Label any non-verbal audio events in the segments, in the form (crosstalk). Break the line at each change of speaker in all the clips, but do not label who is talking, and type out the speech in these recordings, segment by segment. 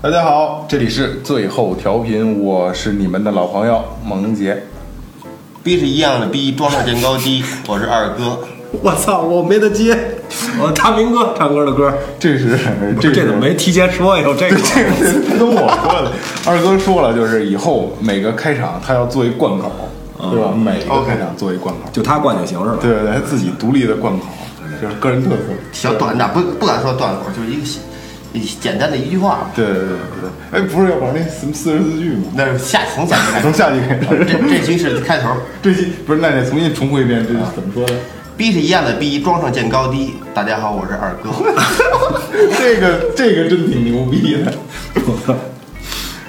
大家好，这里是最后调频，我是你们的老朋友萌杰。
逼是一样的逼，装上垫高低。我是二哥，
我操，我没得接， (laughs) 我哦大明哥唱歌的歌，
这是
这
是
怎么没提前说呀？有 (laughs) 这个
他跟我说 (laughs) 的，二哥说了，就是以后每个开场他要做一贯口，对吧？每个开场做一贯口，
就他灌就行是吧？
对对对，他自己独立的贯口，就是个人特色。
小短暂，不不敢说段口，就是一个小一简单的一句话吧。
对对对对对，哎，不是要玩那什么四十四句 (laughs) 吗？
那是下从下期开
从
始，
下去开
这
始，
这期是开头。
这期不是那得重新重复一遍，这是怎么说的？
逼是一样的逼，装上垫高低。大家好，我是二哥。
这个这个真挺牛逼的。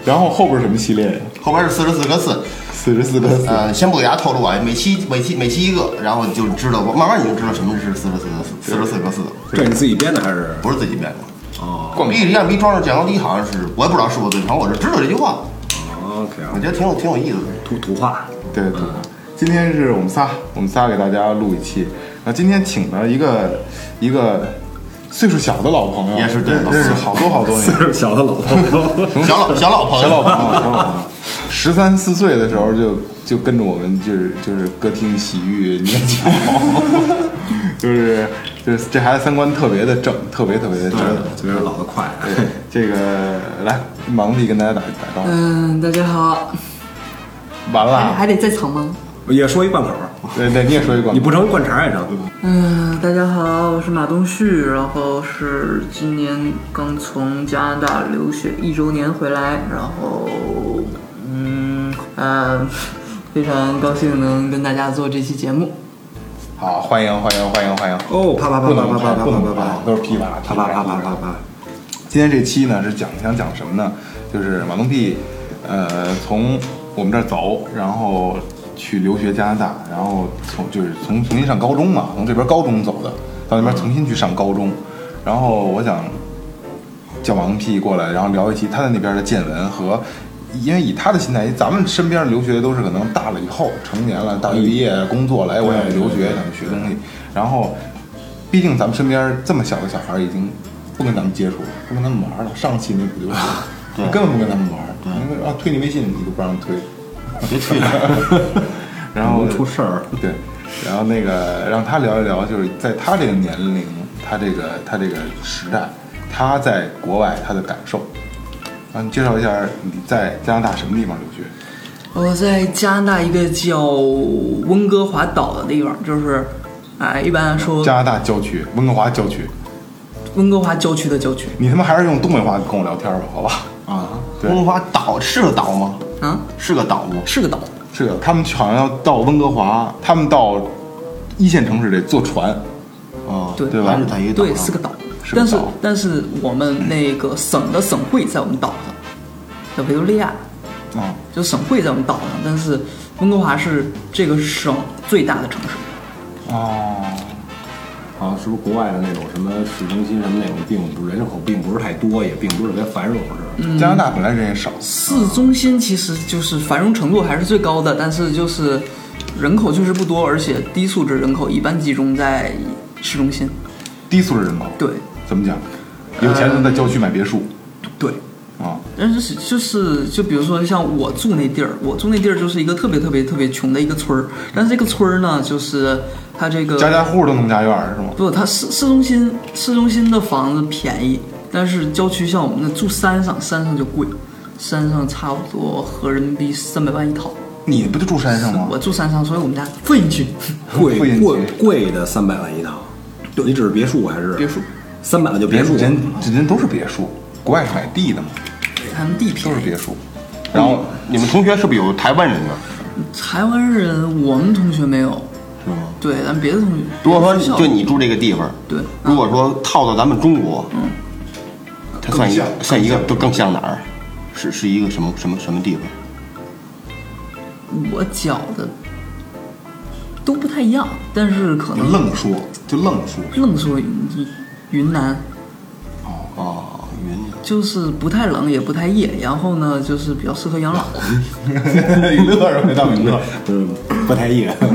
然后后边是什么系列呀？
后边是四十四个四，
四十四个四。
呃，先不给大家透露啊，每期每期每期一个，然后你就知道，慢慢你就知道什么是四十四个四，四十四个四，
(laughs) 这你自己编的还是？
不是自己编的。哦，逼是一样逼，装上垫高低，好像是我也不知道是我对，反正我是知道这句话，
OK 啊
我，觉得挺有挺有意思的。
图图画，
对对对，今天是我们仨，我们仨给大家录一期。啊，今天请了一个一个岁数小的老朋友，
也是对
认认识好多好多年，
是 (laughs) 小的老 (laughs) 头，
小老小老朋友，
小老朋友，小老朋友。十三四岁的时候就就跟着我们，就是就是歌厅洗浴念旧，就是就是这孩子三观特别的正，特别特别的正。
就是老的快。啊
对，这个来忙弟跟大家打打招呼，
嗯，大家好，
完
哎还
了，
还得再唱吗？
也说一贯口，
对对，你也说一个，
你不成灌肠也成。
嗯，大家好，我是马东旭，然后是今年刚从加拿大留学一周年回来，然后嗯呃，非常高兴能跟大家做这期节目。
好，欢迎欢迎欢迎欢迎。
哦，啪啪啪
不
啪
能
啪啪啪
不能
啪啪
都是噼啪
啪啪啪啪啪啪。
今天这期呢是讲想讲什么呢？就是马东屁，呃，从我们这儿走，然后去留学加拿大，然后从就是从重新上高中嘛，从这边高中走的，到那边重新去上高中，然后我想叫马东屁过来，然后聊一期他在那边的见闻和。因为以他的心态，咱们身边留学都是可能大了以后，成年了，大学毕业、工作了，哎，我想去留学，想去学东西。然后毕竟咱们身边这么小的小孩儿已经不跟咱们接触了，不跟他们玩儿了。上期你不就是
对
你根本不跟他们玩儿，你说啊推你微信你都不让推，
别去了。
(laughs) 然后
出事儿，
对，然后那个让他聊一聊，就是在他这个年龄，他这个他这个时代，他在国外他的感受。啊，你介绍一下你在加拿大什么地方留学？
我在加拿大一个叫温哥华岛的地方，就是啊、一般来说
加拿大郊区，温哥华郊区。
温哥华郊区的郊区
你他妈还是用东北话跟我聊天吧，好吧？
啊，
对
温哥华岛是个岛吗？
啊，
是个岛吗？
是个岛。
是的，他们好像要到温哥华，他们到一线城市得坐船，
啊，
对
对吧
还是在一个岛
对，
上
是个岛，
是个
但是
岛
但是我们那个省的省会在我们岛上，叫维多利亚，
啊、
就省会在我们岛上，但是温哥华是这个省最大的城市。
哦，
好，是不是国外的那种什么市中心什么那种，并不人口并不是太多，也并不是特别繁荣，是吧？
加拿大本来人也少，
市中心其实就是繁荣程度还是最高的，但是就是人口确实不多，而且低素质人口一般集中在市中心。
低素质人口。
对，
怎么讲？有钱人在郊区买别墅
对，
啊、
但是就是就比如说像我住那地儿，我住那地儿就是一个特别特别特别穷的一个村儿，但是这个村儿呢，就是它这个
家家户户都农家院儿是吗？
不，它市市中心市中心的房子便宜，但是郊区像我们那住山上，山上就贵，山上差不多合人民币三百万一套。
你不就住山上
嗯
吗
我？住山上，所以我们家费 (laughs) 劲。
不
贵
引
贵
起
贵的三百万一套，对你只是别墅还是
别墅？
三百万就别墅，
人人人都是别墅，国外是买地的嘛，
他们地
都
便
是
宜。
别墅。然后
你们同学是不是有台湾人啊？
台湾人，我们同学没有，
是吗？
对，咱别的同学。
如果说
别的学校
就你住这个地方，
对
如果说套到咱们中国，嗯，它算
更
一个
像
算一个
更像
都更像哪儿？是是一个什么什么什么地方？
我觉得都不太一样，但是可
你
能
愣说，就愣说。
愣说云云南
哦，云南
就是不太冷也不太热，然后呢就是比较适合
(laughs)
养老。
你乐什么呀，大明哥？
嗯，不太一样，
他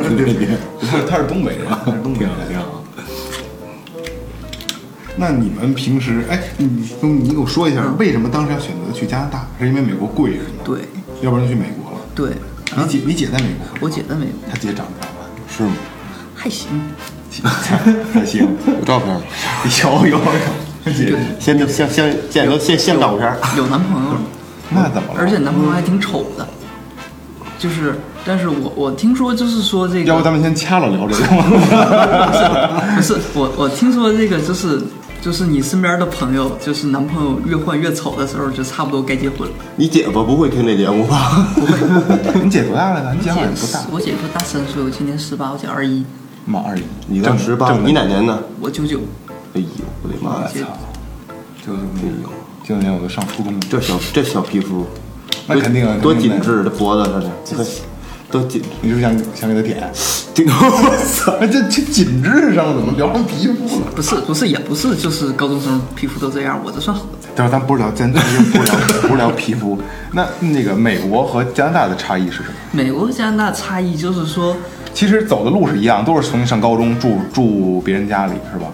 是他是东北人，他是东北
挺
人
好。挺好。
那你们平时，哎，你你你给我说一下，为什么当时要选择去加拿大？是因为美国贵是吗？
对
要不然就去美国了。
对，
你姐，你姐在美国，
我姐在美国
她姐长得漂亮吗，
是吗？
(laughs)
还行，
还行，
有照片吗？
有有有，她姐，
先先先见都先先照片儿。
有男朋友了，
那怎么了？
而且男朋友还挺丑的，就是，但是我我听说就是说这个，
要不咱们先掐了聊这个
不是我，我听说这个就是就是你身边的朋友，就是男朋友越换越丑的时候，就差不多该结婚了。
你姐夫不会听这节目吧？
你姐多大来着？你姐好像也不大，
我姐夫大三岁，我今年十八，我姐二一，
妈二姨，
你当时八，你哪年的？
我九九。
哎呦，我的妈呀！
操，九九
哎
年，
呦，
九九年我都上初中了，
这小这小皮肤，
那肯定啊，
多
肯定
紧
的。
致这脖子这是，多紧致。
你是不是想想给他舔？
顶头，我操！
哎，这这紧致上了，怎么聊成皮肤了？
不是不是也不是，就是高中生皮肤都这样，我这算好的。
但是咱不是聊，咱咱不是聊，不是聊皮肤。 (laughs) 那那个美国和加拿大的差异是什么？
美国和加拿大差异就是说，
其实走的路是一样，都是重新上高中，住住别人家里，是吧？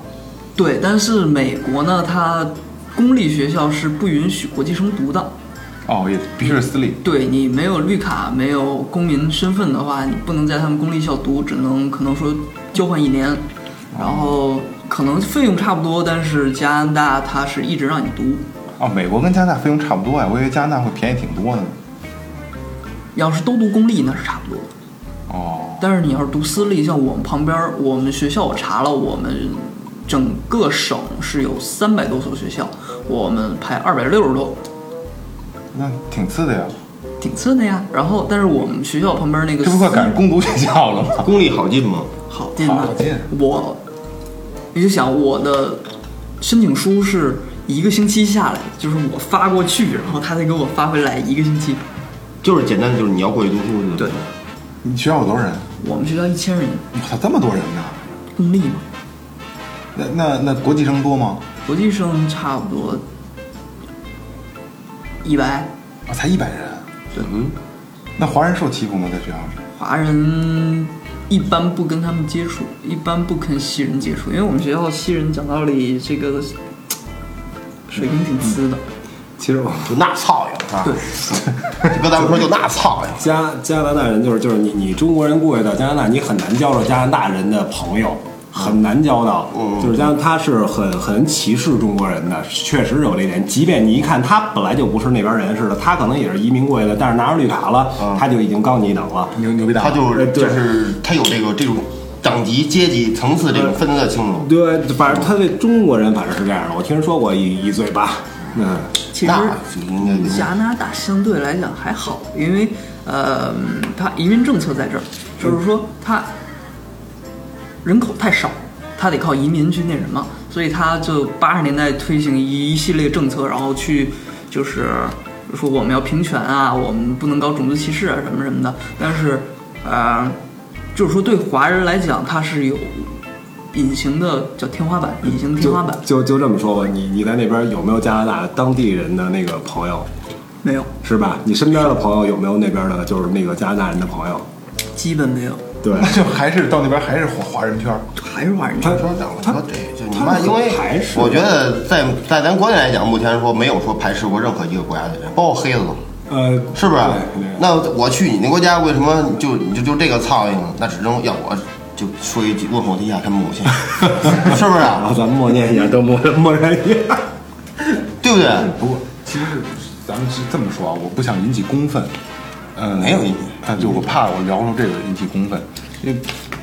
对，但是美国呢，它公立学校是不允许国际生读的。
哦，也必须是私立。
对你没有绿卡、没有公民身份的话，你不能在他们公立校读，只能可能说交换一年，然后可能费用差不多，但是加拿大它是一直让你读。
哦，美国跟加拿大费用差不多呀、我以为加拿大会便宜挺多呢。
要是都读公立，那是差不多的。
哦，
但是你要是读私立，像我们旁边儿，我们学校我查了，我们整个省是有三百多所学校，我们排二百六十多，
那挺次的呀，
挺次的呀。然后，但是我们学校旁边那个
这不快
私
赶上工读学校 (laughs) 了吗？
功力好进吗？
好进吧
好进
我，你就想我的申请书是一个星期下来，就是我发过去，然后他再给我发回来一个星期。
就是简单，就是你要过去读书去。
对，
你学校有多少人？
我们学校一千人，
我操，这么多人呢？
公立嘛，
那那那国际生多吗？
国际生差不多一百，
啊，才一百人。
嗯，
那华人受欺负吗？在学校里？
华人一般不跟他们接触，一般不跟西人接触，因为我们学校西人讲道理这个水平挺次的。
其实我
就那操样啊！
对，
(laughs) 就跟咱们说就那操样。
加加拿大人就是就是你你中国人过去到加拿大，你很难交到加拿大人的朋友，很难交到。
嗯
就是加拿他是很很歧视中国人的，确实有这一点。即便你一看他本来就不是那边人似的，他可能也是移民过去的，但是拿着绿卡了，
嗯
他就已经高你一等了。
牛牛逼大
他
了。
就是
对
就是他有这个这种等级、阶级、层次这种分得清楚。
对，反正他对中国人反正是这样的。我听人说过一一嘴巴，嗯，
其实
那应该就是
加拿大相对来讲还好，因为呃，它移民政策在这儿，就是说它人口太少，它得靠移民去那什么，所以它就八十年代推行一系列政策，然后去就是说我们要平权啊，我们不能搞种族歧视啊什么什么的，但是呃，就是说对华人来讲，它是有隐形的叫天花板，隐形天
就
花板
就就这么说吧。你你在那边有没有加拿大当地人的那个朋友，
没有，
是吧？你身边的朋友有没有那边的，就是那个加拿大人的朋友？
基本没有，
对，
(laughs)
嗯
那就还是到那边还是华华人圈儿。
还是华人圈
他。
说我说这就你
他
妈，
们
因为
排斥
我觉得在在咱国内来讲，目前说没有说排斥过任何一个国家的人，包括黑子，
呃，
是不是
对对？
那我去你那国家，为什么就你就就这个操性呢？那只能要我就说一句问候天下他母亲，是不是啊？
(laughs)
然后咱们默念一下，都默默认一下。
对不对？
不过其实是咱们是这么说啊，我不想引起公愤，嗯，
没有引起
啊，就我怕我聊出这个引起公愤，因为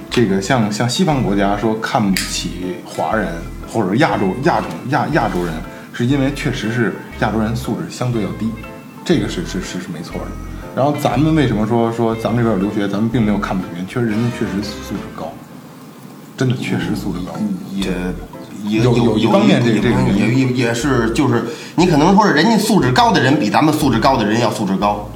这个像像西方国家说看不起华人或者亚洲亚种亚亚洲人，是因为确实是亚洲人素质相对要低，这个是是是是没错的。然后咱们为什么说说咱们这边有留学，咱们并没有看不起人，确实人家确实素质高，真的确实素质高。
也也
有有
有
一方面这个这个原因
也也也是就是你可能说是人家素质高的人比咱们素质高的人要素质高，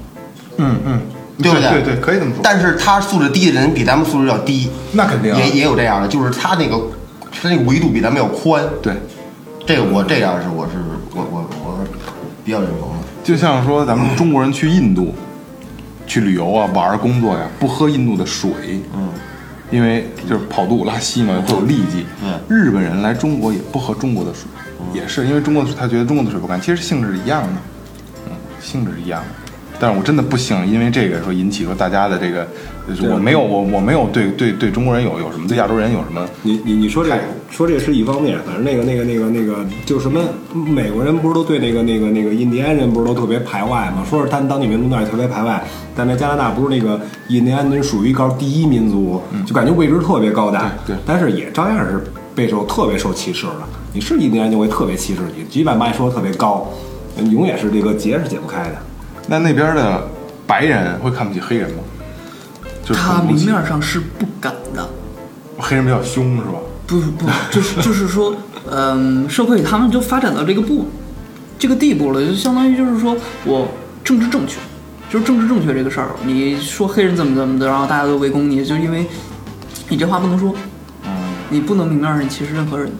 嗯嗯，
对不
对？
对
对，可以这么说。
但是他素质低的人比咱们素质要低，
那肯定啊
也也有这样的，就是他那个他那个维度比咱们要宽，
对，
这个我这样是我是我我我是比较认同的，
就像说咱们中国人去印度去旅游啊、玩儿、工作呀、不喝印度的水，嗯，因为就是跑肚拉稀嘛，会有痢疾。
对
嗯
日本人来中国也不喝中国的水，也是因为中国的水他觉得中国的水不干，其实性质是一样的，嗯，性质是一样的。但是我真的不行，因为这个说引起说大家的这个，就是我没有我我没有对对对中国人有有什么对亚洲人有什么
你你你说这说这是一方面，反正那个那个那个那个就是什么美国人不是都对那个那个那个印第安人不是都特别排外吗？说是他们当地民族那儿特别排外，但在加拿大不是那个印第安人属于高第一民族，就感觉位置特别高大，
对对
但是也照样是备受特别受歧视的。你是印第安就会特别歧视你，几百麦说特别高，永远是这个结是解不开的。
那那边的白人会看不起黑人吗？就是
他
种族
明
歧视
面上是不敢的，
黑人比较凶是吧？
不不，就是就是说，嗯，社会他们就发展到这个步，这个地步了，就相当于就是说我政治正确，就是政治正确这个事儿，你说黑人怎么怎么的，然后大家都围攻你，就因为你这话不能说，
嗯
你不能明面上歧视任何人，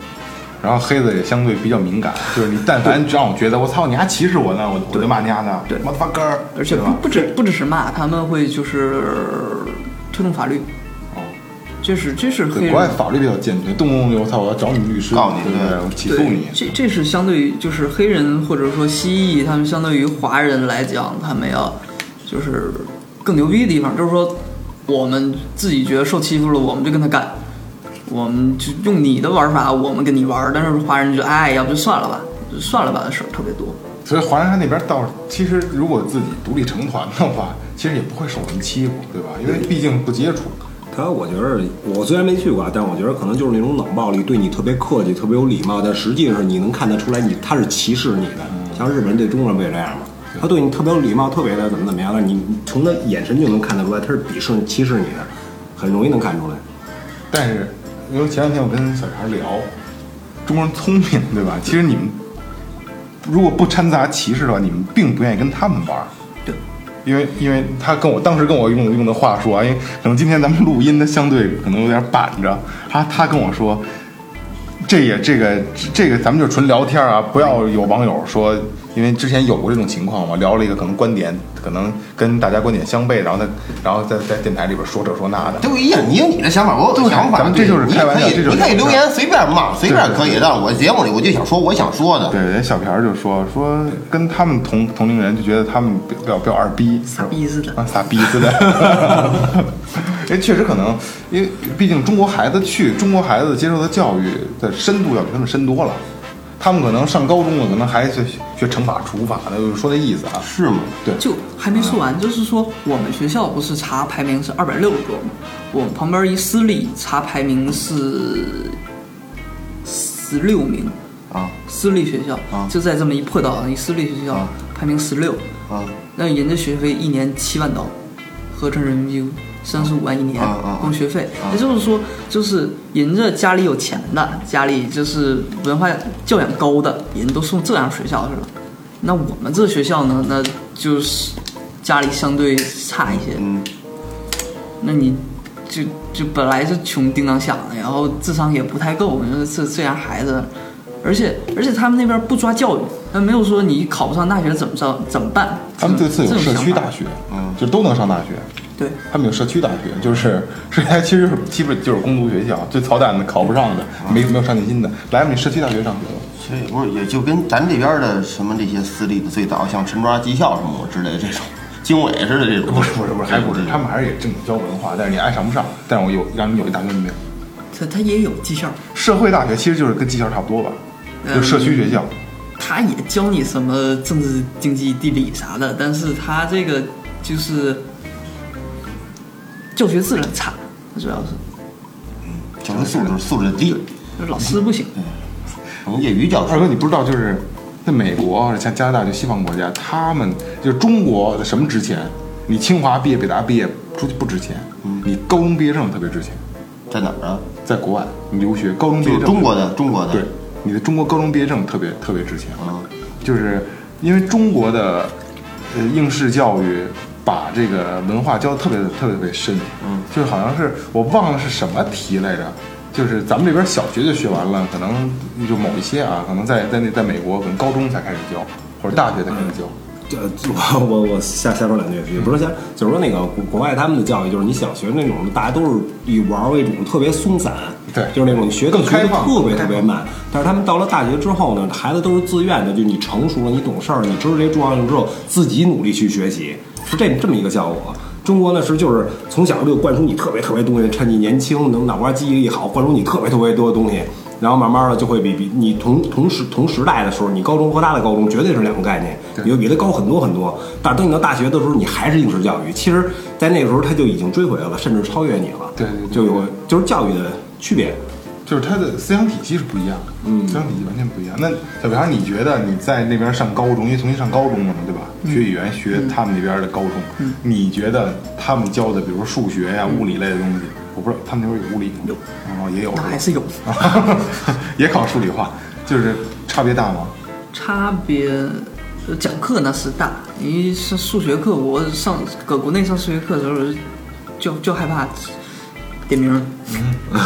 然后黑子也相对比较敏感，就是你但凡让我觉得我操你还歧视我呢，我我就骂你丫的，
对
我他妈根儿，
而且
对
不
吧？
不止不只是骂，他们会就是推动法律，
哦啊
这是这是黑
对，
人
国外法律比较健全，动不动就我操我要找你律师，
告你
对不对？
对
我起
对，
诉你。
这这是相对于就是黑人或者说蜥蜴，他们相对于华人来讲，他们要就是更牛逼的地方，就是说我们自己觉得受欺负了，我们就跟他干，我们就用你的玩法，我们跟你玩。但是华人就哎，要不就算了吧，就算了吧的事儿特别多。
所以华人他那边倒是，其实如果自己独立成团的话，其实也不会受人欺负，对吧？因为毕竟不接触。
他我觉得，我虽然没去过，但我觉得可能就是那种冷暴力，对你特别客气、特别有礼貌，但实际上你能看得出来你，他是歧视你的。
嗯
像日本人对中国人不也这样吗？他对你特别有礼貌，特别的怎么怎么样，但你从他眼神就能看得出来，他是鄙视、歧视你的，很容易能看出来。
但是，因为前两天我跟小孩聊，中国人聪明，对吧？其实你们如果不掺杂歧视的话，你们并不愿意跟他们玩儿。
对，
因为因为他跟我当时跟我用用的话说啊，因为可能今天咱们录音，他相对可能有点板着，他他跟我说，这也这个这个咱们就纯聊天啊，不要有网友说，因为之前有过这种情况嘛，聊了一个可能观点可能跟大家观点相悖，然后他然后在在电台里边说这说那的，
都一样，你有你的想法，我有我的想法，
咱们这就是
对
开玩笑
你可
这
以
就是
你可以留言随便骂，随便可以，但是我节目里我就想说我想说的，
哦
对，人小朴就说说跟他们同同龄人就觉得他们比较比较二逼，
傻逼似的
啊，傻逼似的。 (laughs) 因为确实可能，因为毕竟中国孩子去中国孩子接受的教育的深度要比他们深多了，他们可能上高中了，可能还学学乘法除法呢，就是说那意思啊。
是吗？
对，
就还没说完，就是说我们学校不是查排名是二百六十多吗？我们旁边一私立查排名是十六名。
啊
私立学校，
啊
就在这么一破岛上，一私立学校、排名十六，
啊
那人家学费一年七万刀，合成人民币三十五万一年，
啊啊啊
光学费。也就是说，就是人家家里有钱的，家里就是文化教养高的，人都送这样学校去了。那我们这学校呢，那就是家里相对差一些，
嗯，
那你就就本来就穷叮当响的，然后智商也不太够，你说这这样孩子，而且而且他们那边不抓教育，他没有说你考不上大学怎么着怎么办？
他们这次有
种
社区
想法
大学，嗯就都能上大学。
对，
他们有社区大学，就是社区大学其实就是基本就是公读学校，最操蛋的考不上的，没没有上进心的，来我们社区大学上学吧。
其实也不是，也就跟咱这边的什么这些私立的，最早像陈庄技校什么之类的这种，经纬似的这种，
不是不是不是，还
嗯
不是，他们还是也正教文化，但是你爱上不上，但是我有让你有一大革命。
他他也有技校，
社会大学其实就是跟技校差不多吧，
嗯
就是社区学校。
他也教你什么政治、经济、地理啥的，但是他这个就是教学质量差，主要是
教育素质素质低，
就是老师不行。
我们业余教
二
师
哥，你不知道就是在美国像加拿大就西方国家，他们就是中国的什么值钱？你清华毕业、北大毕业出去不值钱，
嗯
你高中毕业证特别值钱，
在哪儿啊？
在国外你留学高中毕
就
业
是
证
中国的中国的，
对，你的中国高中毕业证特别特别值钱，
嗯
就是因为中国的呃应试教育把这个文化教得特别特别特别深，嗯，就是好像是我忘了是什么题来着。就是咱们这边小学就学完了，可能就某一些啊，可能在在那在美国可能高中才开始教，或者大学才开始教。
呃，我我我瞎瞎说两句，也
嗯
不是瞎，就是说那个国国外他们的教育，就是你小学那种，大家都是以玩为主，特别松散，
对
就是那种你学的
更
学
开
的
放
特别特别慢。但是他们到了大学之后呢，孩子都是自愿的，就你成熟了，你懂事儿，你知道这些重要性之后，自己努力去学习，是这这么一个效果。中国呢是就是从小就灌输你特别特别多东西，趁你年轻能脑瓜记忆力好，灌输你特别特别多的东西，然后慢慢的就会比比你同同时同时代的时候，你高中和他的高中绝对是两个概念，你会比他高很多很多。但是等你到大学的时候，你还是应试教育，其实，在那个时候他就已经追回来了，甚至超越你了。
对对对
就有就是教育的区别。
就是他的思想体系是不一样的，嗯，思想体系完全不一样。那小平，你觉得你在那边上高中，因为重新上高中了嘛，对吧？
嗯
学语言学他们那边的高中，你觉得他们教的，比如说数学
嗯
呀、物理类的东西，我不知道他们那边有物理吗？有，哦，也有，
那还是有
(laughs) 也考数理化，就是差别大吗？
差别。呃讲课那是大，因为上数学课，我上搁国内上数学课的时候，就就害怕点名儿，嗯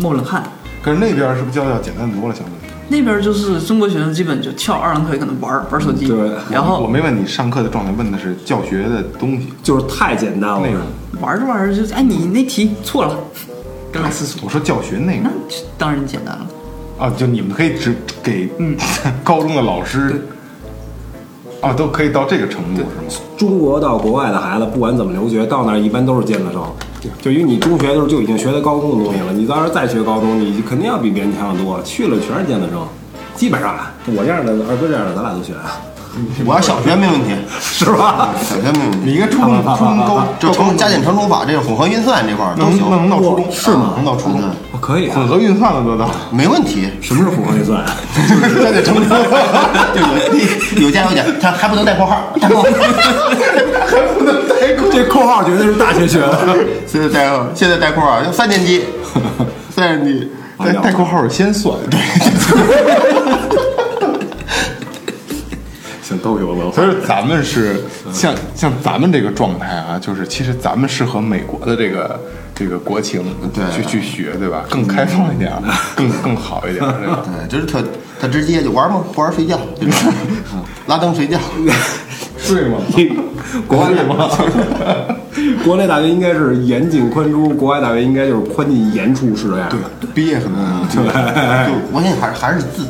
冒冷汗。
可是那边是不是教的要简单多了，相对？
那边就是中国学生基本就翘二郎腿，搁那玩儿玩手机，
对
然
我
后
没问你上课的状态，问的是教学的东西
就是太简单了
内，容。
玩着玩着就哎你那题错了，跟老师说，
我说教学内
那
容
当然简单了。
啊，就你们可以只给
嗯
(laughs) 高中的老师啊，都可以到这个程度是吗？
中国到国外的孩子，不管怎么留学，到那儿一般都是尖子生。就因为你中学的时候就已经学的高中的东西了，你到时候再学高中，你肯定要比别人强得多。去了全是尖子生，基本上啊，我这样的二哥这样的，咱俩都学，啊
我要小学没问题，
(laughs) 是吧？
小学没问题。
你应该初中、初中、高
就乘加减乘除法这种混合运算这块儿都
能
行，
能到初中啊
是吗
能到初中，
我可以、
混
啊。 (laughs)
合运算了都到。
没问题。
什么是 (laughs) 混合运算啊？
就是加减乘除法， (laughs) 就有有加有减，它还不能带括号，带括号，
这括号绝对是大学学的。
现在带括号现在带括号，要三年级，三年级。
带带括号是先算，对。
行，都有 (laughs) 文化。
所以咱们是像像咱们这个状态啊，就是其实咱们适合美国的这个这个国情
对
去去学，对啊吧？更开放一点儿， (laughs) 更更好一点啊儿，对吧？
对，呃就是特特直接，就玩嘛，不玩睡觉，就这样拉灯睡觉。
对吗？
国外吗？ (laughs) 国内大学应该是严进宽出，国外大学应该就是宽进严出，是这样的。
毕业很多人
就我现在还是还是自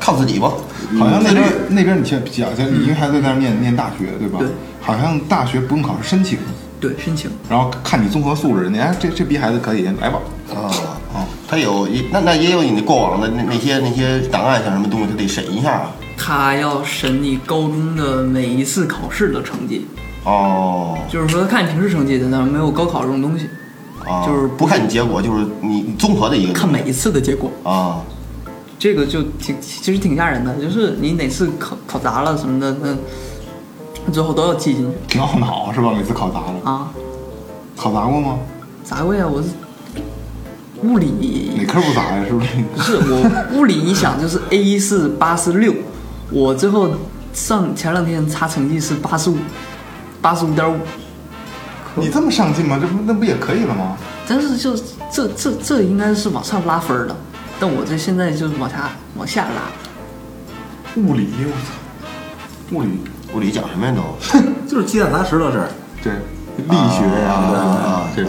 靠自己吧，
好像嗯那边那边你先讲一下，你一个孩子在那儿念念大学，对吧？
对
好像大学不用考试申请，
对，申请
然后看你综合素质，人家哎这这逼孩子可以，来吧。
啊啊，他有一那那也有你过往的那那些那些档案，像什么东西，他得审一下啊。
他要审你高中的每一次考试的成绩，
哦，
就是说看你平时成绩在那儿没有高考这种东西，
啊，
就是
不看你结果，就是你综合的一个
看每一次的结果，
啊，
这个就挺其实挺吓人的，就是你哪次考考砸了什么的，那最后都要记进去
挺懊恼是吧？每次考砸了，
啊。
考砸过吗？
砸过呀，我是物理
哪科不砸呀？是不是？
不是我物理一想就是 A 是八十六，我最后上前两天查成绩是八十五，八十五点五，
你这么上进吗？这不那不也可以了吗？
但是就这这这应该是往上拉分儿的，但我这现在就是往下往下拉，
物理，我操，物理
物理讲什么呀都。
(laughs) 就是鸡蛋砸石头是。
对力学呀
啊，
对吧
啊
这类。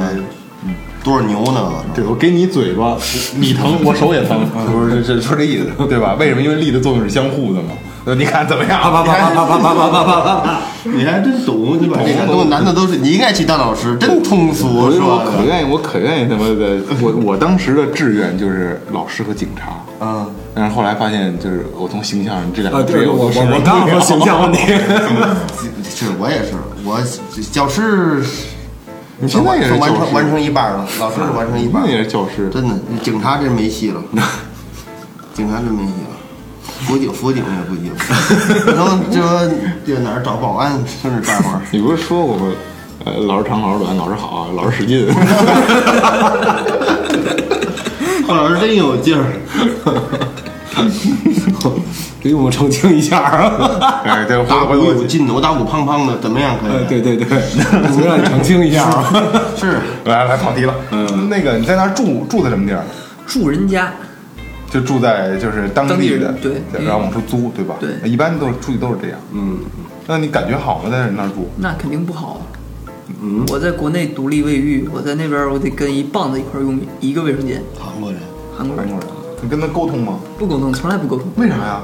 嗯，
多少牛呢？
对我给你嘴 (laughs) 巴，你疼我手也疼， (laughs) 不是这这说这意思对吧？为什么？因为力的作用是相互的嘛。呃你看怎么样？
啪啪啪啪啪啪啪啪啪啪！
你还真懂，你把这个都男的都是，你应该去当老师，真通俗
我
是
我可
吧？
愿意，我可愿意他妈的，我我当时的志愿就是老师和警察，
嗯，
但是后来发现就是我从形象上这两
啊，
个职
对，
业
我我
都胜任
我
不
刚说
了
形象问题。
是我也是，我教师
你现在也是
完
教
成完
师，
成一半了，老师是完成一
你
半
那，也是教师，
真的，警察真没戏了，警察真没戏了，辅警辅警也不行，然后就说这哪儿找保安，真是干活儿。
你不是说过吗？呃，老师长，老师短，老师好啊，老师使 (laughs) 劲。
后老师真有劲儿，
(laughs) 给我们澄清一下啊！
哎，对，
打
回
鼓
回
有
头
劲的，我打鼓胖胖的，怎么样可
(laughs) 呃，
以？
对对对，我们让你澄清一下啊！ (laughs)
是
来来跑题了。嗯，那个你在那儿住住在什么地儿？
住人家
就住在就是当
当地
地
人
的，
对嗯
然后往出租，对吧？
对
一般都是出去都是这样。嗯，那你感觉好吗？在人那儿住？
那肯定不好。嗯，我在国内独立卫浴，我在那边我得跟一棒子一块儿用一个卫生间。
韩国人，
韩国
韩
人
国人，你跟他沟通 (laughs) 吗？
不沟通，从来不沟通，
为啥呀？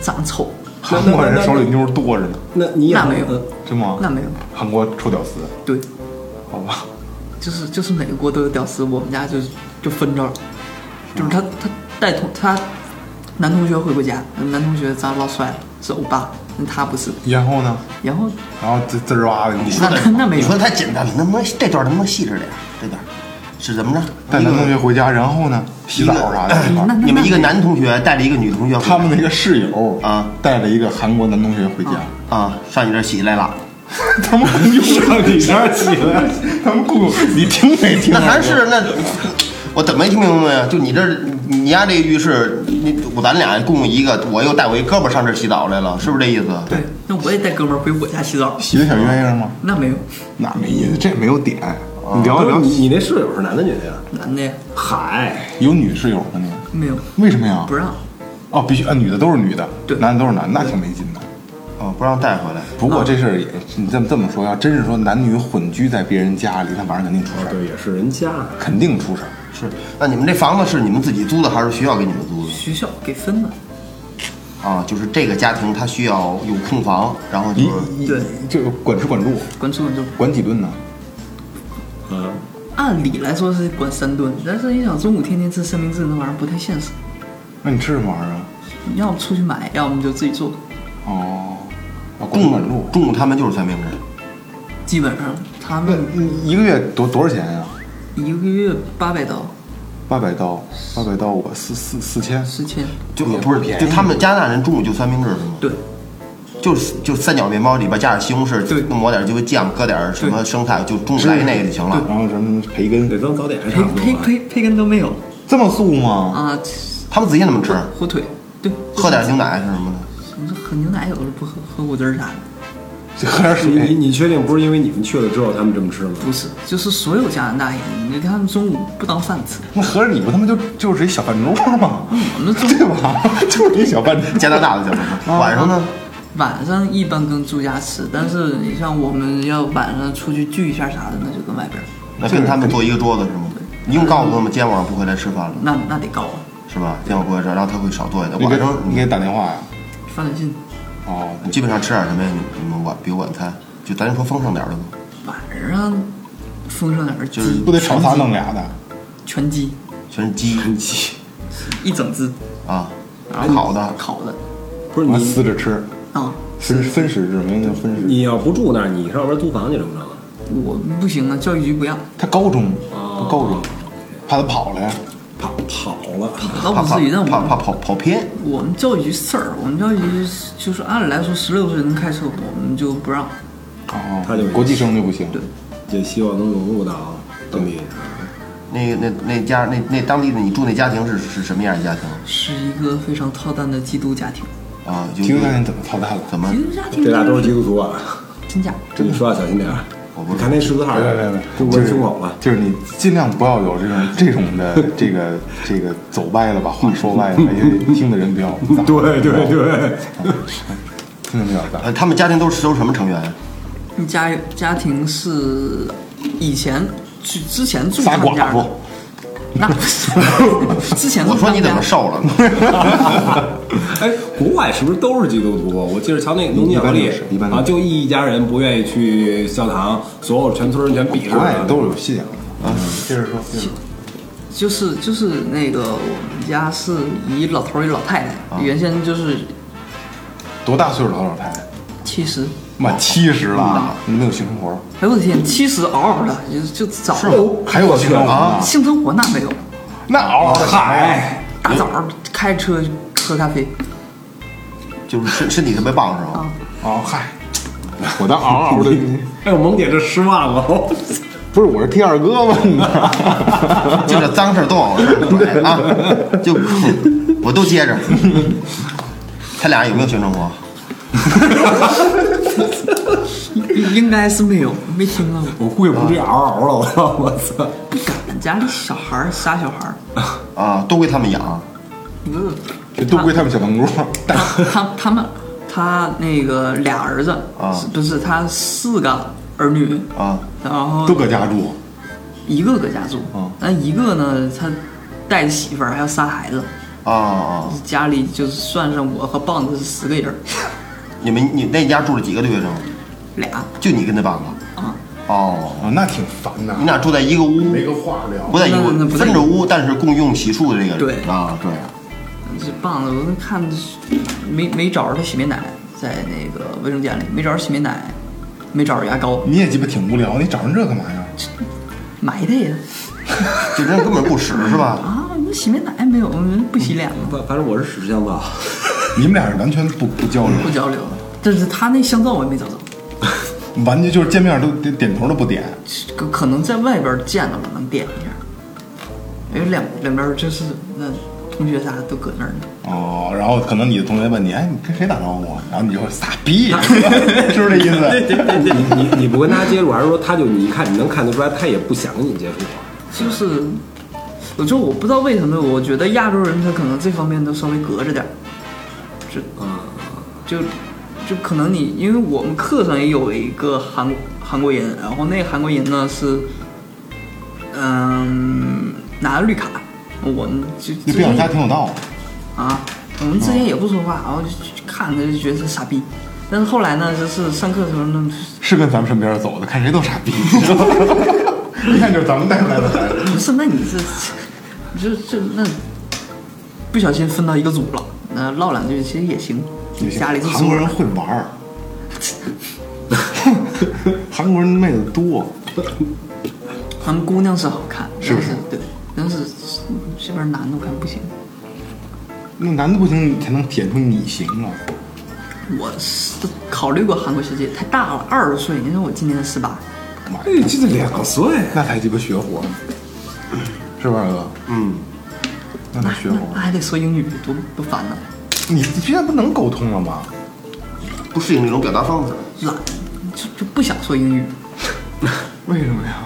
长得丑，
韩国人手里妞儿多着呢，
那你也
那没有
呃
真吗？
那没有，
韩国臭屌丝，
对，
好吧？
就是就是每个国都有屌丝，我们家就就分这儿，就是他他带同他男同学回过家，男同学长得老帅，是欧巴，那他不是，
然后呢？
然后
然后滋滋儿哇的，你
那那没
你
有
说，太简单了，能不能这段能不能细致点儿？这段是怎么着？
带
一个
男同学回家，然后呢？洗澡啥的一块
嗯那
儿。
那
你们一个男同学带着一个女同学回来，
他们那个室友
啊，
带着一个韩国男同学回家，
啊上你这儿洗来了，
嗯
(laughs) 他们共用
上 (laughs) 你这儿起来，
他们共用，你听没听
那
啊？
还是那我怎么没听明白呀？就你这儿你家这浴室，你我咱俩共用一个，我又带我一哥们儿上这儿洗澡来了，是不是这意思？
对，那我也带哥们儿回我家洗澡，
洗的小鸳鸯吗？啊
那没有，
那没意思，这没有点。你聊一
不是
聊，
(laughs) 啊你你那室友是男的女的呀？
男的呀
嗨，
有女室友吗？你
没有，
为什么呀
不？让，
哦，必须啊，女的都是女的，
对
男的都是男的，那挺没劲的。
哦，不让带回来。
不过这事儿也，你这么这么说，要真是说男女混居在别人家里，那晚上肯定出事儿，
哦对，也是人家。啊
肯定出事儿。
是，那你们这房子是你们自己租的还是学校给你们租的？
学校给分的，
啊，就是这个家庭他需要有空房，然后
一
就是
一
对
就是管吃管住，
管吃管住。
管几顿呢？
嗯，
按理来说是管三顿，但是你想中午天天吃三明治那玩意儿不太现实，
那你吃什么玩意儿啊？
你要么出去买，要么就自己做，
哦，啊，管吃
中
管住
午。中午他们就是三明治，
基本上他
那
们
你一个月多多少钱呀、
一个月八百刀，
八百刀，八百刀，我四四四千。
四千，
就
也
不是
不便宜
就他们加拿大人中午就三明治是吗？
对，
就是就三角面包里边加点西红
对
柿，抹点就酱，搁点什么生菜，就中午来那个就行了。
然后什么培根，
对，咱早点还
培
差不啊多
培
啊
吧。
培培根都没有
这么素吗？
啊，
他们自己怎么吃？
火腿，对，
喝点牛奶是什么的？
你说喝牛奶有的时候不喝，喝果汁儿啥的，
就喝点
你你
水。
你确定不是因为你们去了之后他们这么吃吗？
不是，就是所有加拿大人，你看他们中午不当饭吃，
那合着你不他妈就就是一小饭桌吗？
我
(laughs)
们中
对吧？ (laughs) 就是一小饭桌。
加拿大的怎么吃？晚上呢？
晚上一般跟住家吃，但是你像我们要晚上出去聚一下啥的，那就跟外边儿，
那跟他们坐一个桌子是吗？你用告诉他们今天晚上不回来吃饭了，
那那得高啊，
是吧？今天晚上不回来吃，然后他会少做一点。
你给
晚上
你给打电话呀？
发短信。
哦，
基本上吃点什么呀？你你们晚比如晚餐，就咱说丰盛点儿的吧。
晚上丰盛点儿鸡，
不得炒仨弄俩的。
全鸡
全是鸡
一整只，
啊，
然后
烤的
烤的
不是
完
你
撕着吃，
啊。
分分食制，没有分食。
你要不住那儿，你上边租房去怎么着啊？
我不行啊，教育局不让，
他高中，
哦
他高中，怕他跑了呀。
跑跑了， (laughs)
倒
怕
不
怕
至于。但
怕怕
我
跑跑偏，
们我们教育局事儿，我们教育局就是按理来说十六岁能开车，我们就不让。
哦，
他就是
国际生就不行。
对
也希望能融入到当地。
那那那家那那当地的你住那家庭是是什么样的家庭
是一个非常操蛋的基督家庭，
啊？有
基督教怎么操蛋了？
怎么
基？督家庭
这俩都是
就
基督徒啊！
真假？
这你说话小心点儿。
我不
你看那十字号，
别别别
中国人胸口了。
就是你尽量不要有这种这种 (laughs) 的这个这个走歪了吧，话说歪了，因为听的人比 (laughs) 较杂，
对对对，
听的人比较杂。
呃，他们家庭都是都是什么成员？啊
你家家庭是以前去之前住
仨
他们
寡
家
妇
的，，那不是 (laughs) 之前住
我说
他们
你怎么
家
瘦了呢？
哎，国外是不是都是基督徒？我记得瞧那农
一
业
般
条
都
例
是一般都
啊，
是
就一家人不愿意去教堂，所有全村人全鄙视
国外
他。
都是有信仰的。嗯，哎接着说，接着说。
就是就是那个我们家是一老头儿一老太
啊
太，原先就是
多大岁数了，老太太？
七十，
妈，七十了，没有性生活，
哎我的天，七十嗷嗷的，就就早
是吗？哦啊还有性生活呢？
性生活那没有，
那嗷嗷的
嗨，
大早上开车喝咖啡，
就是身身体特别棒是吧？
哦嗨，啊我当嗷 (laughs) 嗷的，
哎呦，萌姐这失望了。
不是我是替二哥问的。
嗯
就这脏事儿都往我身上拐啊！就我都接着。他俩有没有性生活？
应应该是没有，没听到过。
我估计不是嗷嗷了，我操！我操！
不敢，家里小孩儿仨小孩儿，
啊，都归他们养。
嗯，
(laughs) 这都归他们小堂 (laughs) 哥。但
他他他们他那个俩儿子
啊
是不是他四个儿女，
啊，
然后
都搁家住，
一个搁家住
嗯，
那一个呢他带着媳妇儿还有仨孩子，
啊啊！
家里就是算上我和棒子是十个人儿，
你们你那家住了几个留学生？
俩
就你跟那爸爸？
啊，
哦，
哦，那挺烦的
你。俩住在一个屋，
没个话聊
不在一个
那那
屋，
不在
分
一个
着屋，但是共用洗漱的这个
对
啊，对，
这棒子我看没没找着他洗面奶，在那个卫生间里没找着洗面奶，没找着牙膏，
你也鸡巴挺无聊，你找人这干嘛呀？
埋汰呀
这人根本不使是吧？
啊！你洗面奶没有，不洗脸吗？
反反正我是屎箱子 (laughs) 啊，
你们俩是完全不不交流，
不交流，但是他那香皂我也没找着。
完全就是见面都点点头都不点。
可可能在外边见到了能点一下，因为两两边就是那同学啥都搁那儿呢。
哦，然后可能你的同学问你，哎，你跟谁打招呼啊？然后你就傻 (laughs) 逼，是不是这意思？
你你你不跟他接触，还是说他就你一看你能看得出来，他也不想跟你接触啊？
就是，我就我不知道为什么，我觉得亚洲人他可能这方面都稍微隔着点儿，就
嗯
就就可能你因为我们课上也有一个韩韩国人，然后那个韩国人呢是，嗯，拿着绿卡，我们就
你不想家哦挺有道理。
啊，我们之前也不说话，然后就去看着就觉得是傻逼。但是后来呢，就是上课的时候呢，
是跟咱们身边走的，看谁都傻逼， (laughs) 你知道吗一看就是咱们带回来的孩子。
不是，那你这，你就这那，不小心分到一个组了，那唠两句其实也行。
也行
家里就
韩国人会玩儿， (laughs) 韩国人妹子多，
他们姑娘是好看，
是不
但
是
对，但是这边男的我看不行。
那男的不行，你才能显出你行啊。
我是考虑过韩国学姐太大了，二十岁，你说我今年十八，
妈呀，
哎，这得两岁，
那才鸡巴学活，是吧，二哥？
嗯，
那才学
那
活。
那还得说英语，多多烦呐、
你你现在不能沟通了吗？
不适应这种表达方式。
懒，就就不想说英语。
为什么呀？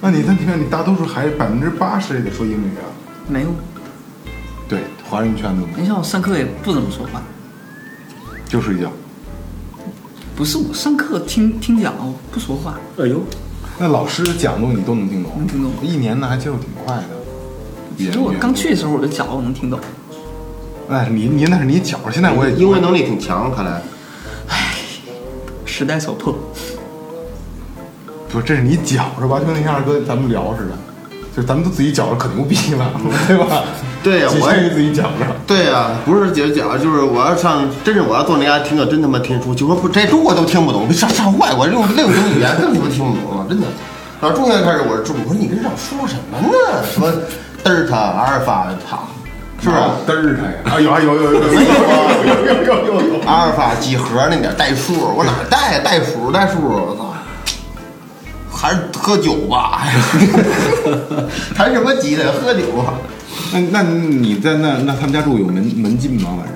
那你那你看，你大多数孩子百分之八十也得说英语啊。
没有，
对，华人圈子嘛
你像我上课也不怎么说话，
就睡觉。
不是我上课听听讲，我不说话，
哎呦，
那老师讲座你都能听懂，
能听懂
一年呢还接受挺快的。
其实我刚去的时候我就讲我能听懂，
那是哎你你那是你觉，现在我也
英文能力挺强，看来
时代所迫，
不是，这是你觉是吧？就跟那天二哥咱们聊似的，就咱们都自己觉着可牛逼了， (laughs) 对吧？
对呀
仅
我
限于
也
自己觉着。
对呀、不是姐讲，就是我要上，真是我要坐那家听课，真他妈听不出，就说不，这中国都听不懂，上上外国这种另一种语言更他妈听不懂了，真的。然后中间开始我是中国，你跟让说什么呢？什么德尔塔、阿尔法、塔，是不是？
嘚儿他呀！啊有啊有有有有有有有有有！
阿尔法几何那点儿代数，我哪带代数代数？我操！还是喝酒吧，谈什么急的？喝酒吧。
那那你在那那他们家住有门门禁吗？晚上？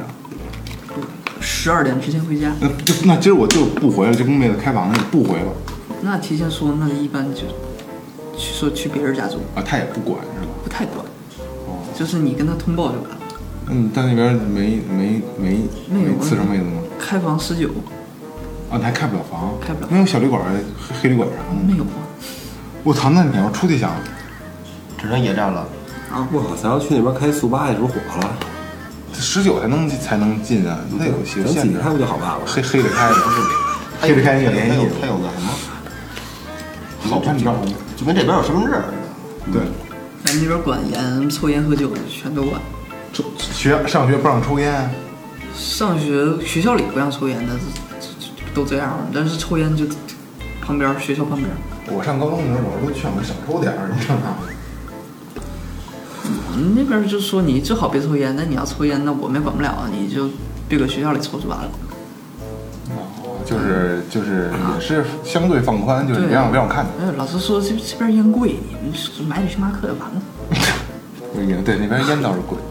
十二点之前回家。
那就那今儿我就不回了，就跟妹子开房去，不回了
那提前说，那一般就去说去别人家住，
啊，他也不管是吧？
不太管，就是你跟他通报就完了。
那你嗯在那边没没没
没有
没伺候妹子吗？
开房十九
啊，你还开不了房，
开不了
那有小旅馆、黑黑旅馆啥的。
没有啊？
我操，那你要出去想，
只能野战了。
啊，
我操！咱要去那边开速八也是火了，
十九才能才能进啊，那有些
咱
有
自
限
己
制。
开不就好办了？
黑黑的开的，
还
黑
有
的开你
还
联系
有
我，
还有个什么？
老办照。
就跟这边有身份证似
对，
咱们这边管严，抽烟喝酒全都管。
抽学上学不让抽烟，
上学学校里不让抽烟的，这这这都这样，但是抽烟就旁边学校旁边。
我上高中的时候，老师都劝我少抽点儿，你知道吗？
我们那边就说你最好别抽烟，那你要抽烟，那我们也管不了，啊你就别搁学校里抽就完了。
(laughs) 就是就是也是相对放宽，就是
对
别嗯让别让我看见。
哎，老师说这这边烟贵，你们买点星巴克就完了。
也对，那边烟倒是贵，
的，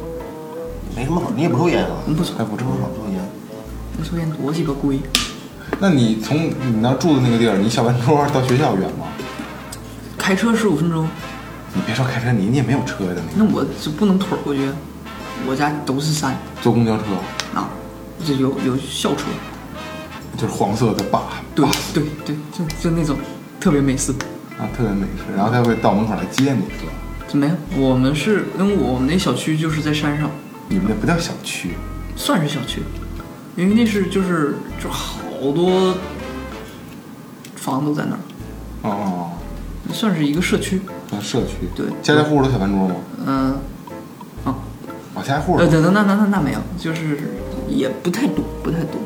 没什么好。你也不抽烟啊
我？们不抽
还，不抽
不少抽烟。
那抽烟多鸡巴贵。
那你从你那儿住的那个地儿，你小饭桌到学校远吗？
开车十五分钟，
你别说开车，你你也没有车的，你
那我就不能腿儿过去，我家都是山
坐公交车
啊，这有有校车，
就是黄色的坝，
对对对，就就那种特别美式。
啊，特别美式，然后他会到门口来接你，是吧？
没有，我们是因为我们那小区就是在山上，
你们那不叫小区，
算是小区，因为那是就是就好多房都在那儿，
哦哦，
算是一个社区。
哦社区，
对
家家户户都小饭桌吗？
嗯、啊，
啊，家家户户
呃，，等等，那那那那没有，就是也不太多，不太多。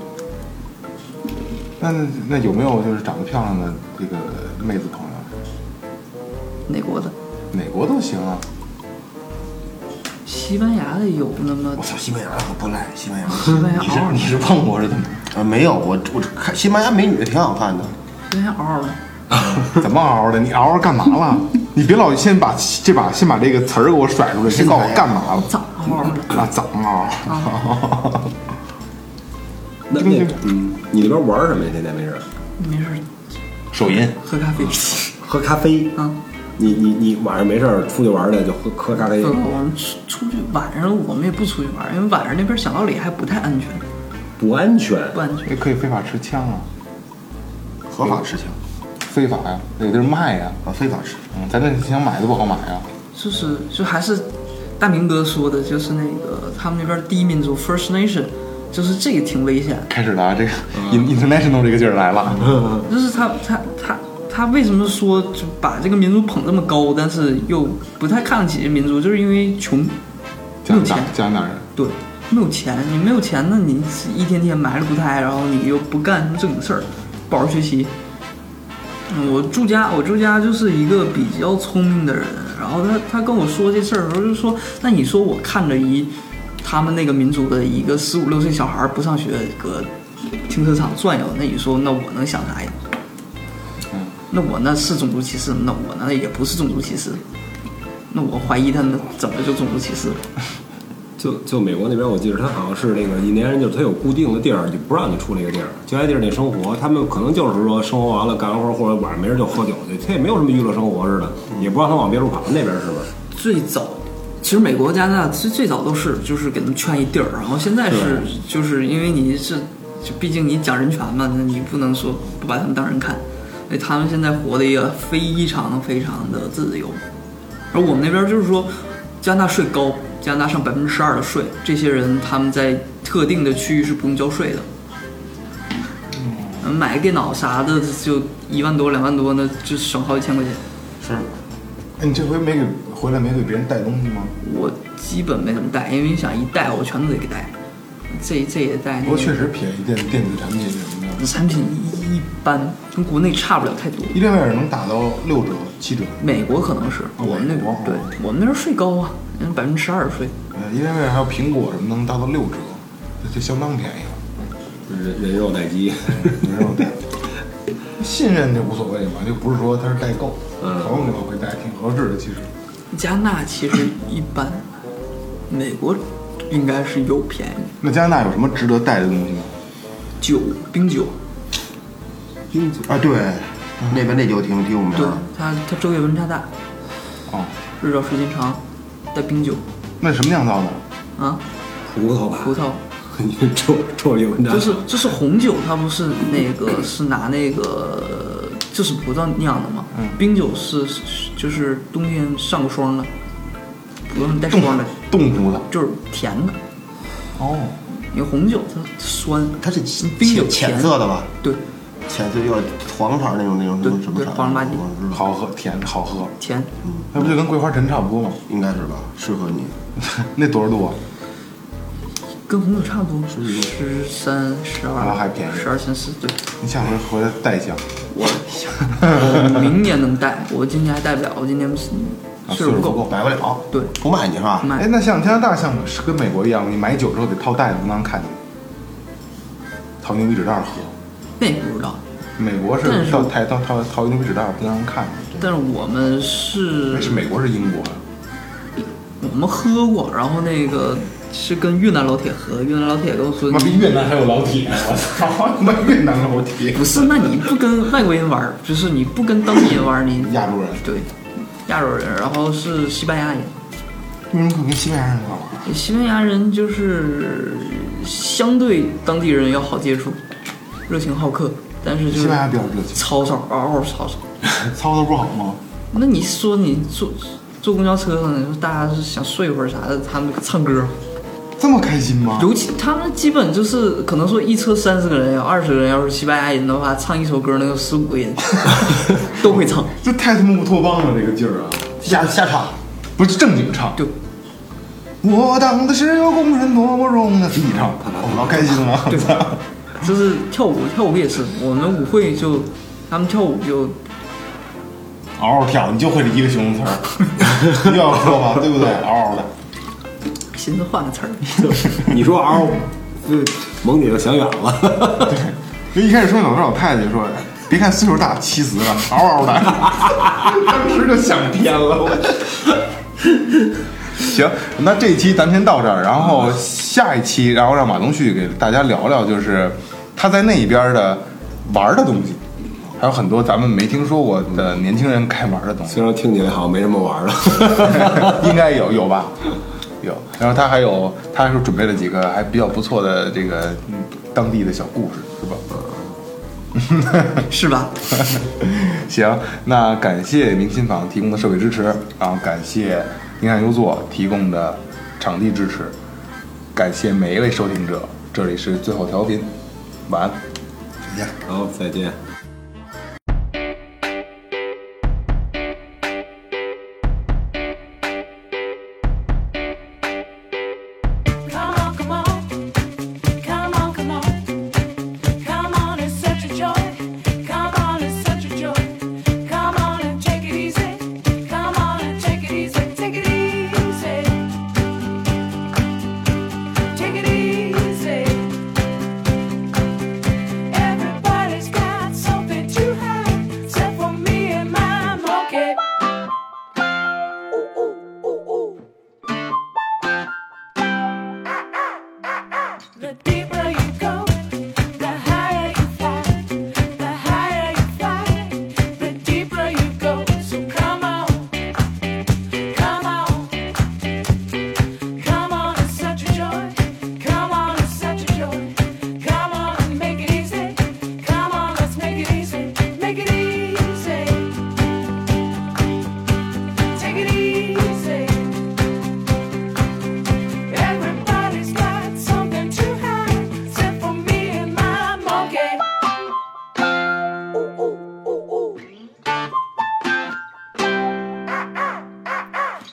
那那那有没有就是长得漂亮的这个妹子朋友？
哪国的？
哪国都行啊，
西班牙的有那么
我操，西班牙可不赖，西班牙。
西班牙
你是
嗷嗷，
你
西
是碰过是怎么？
啊，没有，我我看西班牙美女挺好看的，
班牙嗷嗷的。
怎么嗷嗷的？你嗷嗷干嘛了？你别老先把这把先把这个词儿给我甩出来，先告诉我干嘛了？
咋嗷嗷的
啊？怎么嗷嗷？
那那嗯，你那边玩什么呀？天天没事儿
没事儿，
手淫，
喝咖啡。
喝咖啡。
嗯，
你你你晚上没事儿出去玩儿去就喝喝咖啡
对，。我们出出去晚上我们也不出去玩儿，因为晚上那边小道里还不太安全，
不安全。
不安全。
也哎可以非法持枪啊，
合法吃枪
非法呀、有地儿卖呀、
啊，非法吃。
嗯，咱这想买都不好买啊呀、
就是就还是大明哥说的，就是那个他们那边第一民族 First Nation，就是这个挺危险的。
开始了啊，这个 in- international 这个劲儿来了。啊
就是他他他他为什么说就把这个民族捧这么高，但是又不太看得起这民族，就是因为穷，
加
没有
拿
钱
大，，加拿大人，
对，没有钱，你没有钱，那你一天天埋了不胎，然后你又不干什么正经事儿，不好好学习。嗯我住家，我住家就是一个比较聪明的人，然后他他跟我说这事儿的时候就说，那你说我看着一他们那个民族的一个十五六岁小孩儿不上学，搁停车场转悠，那你说那我能想啥呀？那我那是种族歧视吗？那我那也不是种族歧视，那我怀疑他们怎么就种族歧视了？
就就美国那边，我记得他好像是那个印第安人，就是他有固定的地儿，就不让你出那个地儿，就在地儿里生活。他们可能就是说生活完了干完活或者晚上没事就喝酒去，他也没有什么娱乐生活似的，也不让他往别处跑。那边是不是？
最早，其实美国、加拿大最最早都是就是给他们圈一地儿，然后现在是就是因为你是，就毕竟你讲人权嘛，那你不能说不把他们当人看，所以他们现在活的也非常非常的自由，而我们那边就是说，加拿大税高，加拿大上百分之十二的税，这些人他们在特定的区域是不用交税的。嗯买个电脑啥的就一万多两万多，那就省好几千块钱。
是，
哎，你这回没给回来没给别人带东西吗？
我基本没怎么带，因为你想一带我全都得给带，这这也带，
不过确实便宜，电电子产品什么的，
产品一般，跟国内差不了太多。
一辆外边能打到六折、七折。
美国可能是
哦
我们那
美国
边，对我们那边税高啊，百分之十二税。
呃，一辆外边还有苹果什么能达到六折，这就相当便宜了。
人人肉待 (laughs) 机，
你知道吗？信任这无所谓嘛，就不是说他是代购，
嗯
朋友这块会带挺合适的，其实。
加拿大其实一般，美国应该是有便宜
那加拿大有什么值得带的东西吗？
酒，冰酒，
啊，对，那边那酒挺挺有名
对
儿，
它它昼夜温差大，
哦，
日照时间长，带冰酒
那什么酿造的？
啊，
葡萄吧，
葡，萄。
(laughs) 你臭臭一文章，
就是就是红酒，它不是那个是拿那个就是葡萄酿的嘛。冰酒是就是冬天上过霜的，不用带霜的，
冻出的。
就是甜的。
哦，
因为红酒它酸，
它是
冰酒
浅
甜
浅色的吧？
对
浅色有点黄色儿那种那种什么
对
什么
对
色儿？
黄了吧唧
我知道
好喝，甜，好喝。
甜，
那不就跟桂花陈差不多吗？ (laughs)
应该是吧？适合你。
那多少度啊？
跟红酒差不多，十三十
啊
二，
还便宜
十二三四。对，
你下回回来带一箱。
我我明年能带，我今年还带不了，我今年
啊岁
岁数
数
不
不
够
够。
买不了，
对，
不卖你是吧
不？卖
哎，那像加拿大像是跟美国一样，你买酒之后得套袋子，不能让看见，套牛皮纸袋儿喝。
那也不知道，
美国
但
是
是
套台套套套牛皮纸袋儿不能让人看哎见。
但是我们是
是美国是英国，啊
我们喝过，然后那个是跟越南老铁合，越南老铁告诉
妈逼
你，
越南还有老铁，我操， (laughs) 他妈越南老铁，
不是，那你不跟外国人玩儿，就是你不跟当地人玩儿，你
亚洲人，
对亚洲人，然后是西班牙人，
为什么可跟西班牙人玩？
西班牙人就是相对当地人要好接触，热情好客，但是就
西
是
班牙比较热情，
吵吵嗷嗷吵吵。
哎操作不好吗？
那你说你坐坐公交车上，你说大家是想睡会儿啥的，他们唱歌，
这么开心吗？
尤其他们基本就是可能说一车三十个人，要二十个人，要是西班牙人的话，唱一首歌能有十五个 (laughs) 人都会唱。
这太他妈乌托邦了，这个劲儿啊！
下下场，
不是正经唱，
对，
我当的石油工人多么容易，自己唱，我老开心 (laughs) 了，我操！
就是跳舞，跳舞也是，我们舞会就他们跳舞就
嗷嗷跳，你就会这一个形容词 (laughs) 儿，又要说吧，对不对？嗷嗷的，
寻思换个词儿。 (laughs)
你说嗷，这萌姐就想远了。
就一开始说老头老太太就说，哎别看岁数大，七十了，嗷嗷的，当时就想偏了， (laughs) 我。行，那这一期咱们先到这儿，然后下一期，然后让马东旭给大家聊聊，就是他在那边的玩儿的东西，还有很多咱们没听说过的年轻人该玩儿的 (laughs) 东西。
虽然听起来好像没什么玩儿的，
应该有有吧，有。然后他还有，他还是准备了几个还比较不错的这个嗯当地的小故事，是吧？
是吧？
(laughs) 行，那感谢明琴坊提供的设备支持，然后感谢宁汉优作提供的场地支持，感谢每一位收听者。这里是最后调频，晚安。
(laughs) 好，再见。
Come on, come on, come on, come on, come on! It's such a joy. Come on, it's such a joy. Come on and take it easy. Come on and take it easy. Take it easy. Take it easy. Everybody's got something to hide, except for me and my monkey. Ooh ooh ooh ooh. The deeper you go, the higher you fly. The higher you fly, the deeper you go. So come on, come on, come on! It's such a joy. Come on, it's such a joy. Come on and make it easy. Come on, let's make it easy. Make it easy. Take it easy. Everybody's got something to hide, except for me and my monkey. Ooh ooh ooh ooh.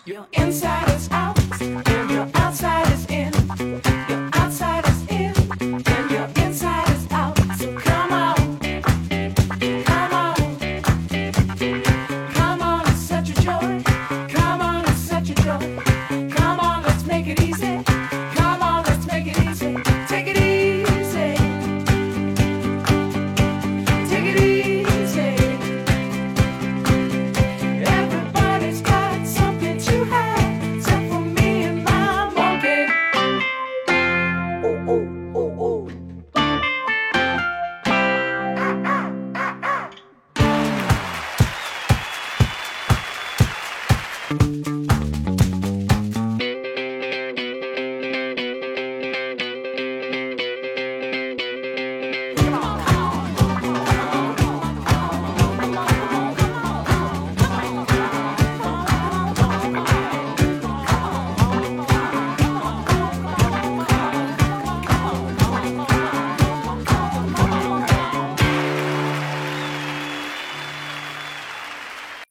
Your inside is out, and your outside is in. Your outside is in, and your inside is out. So come on, come on. Come on, it's such a joy. Come on, it's such a joy. Come on, let's make it easy. Come on, let's make it easy. Take it easy. Take it easy. Everybody's got something to hide, except for me and my monkey. Ooh ooh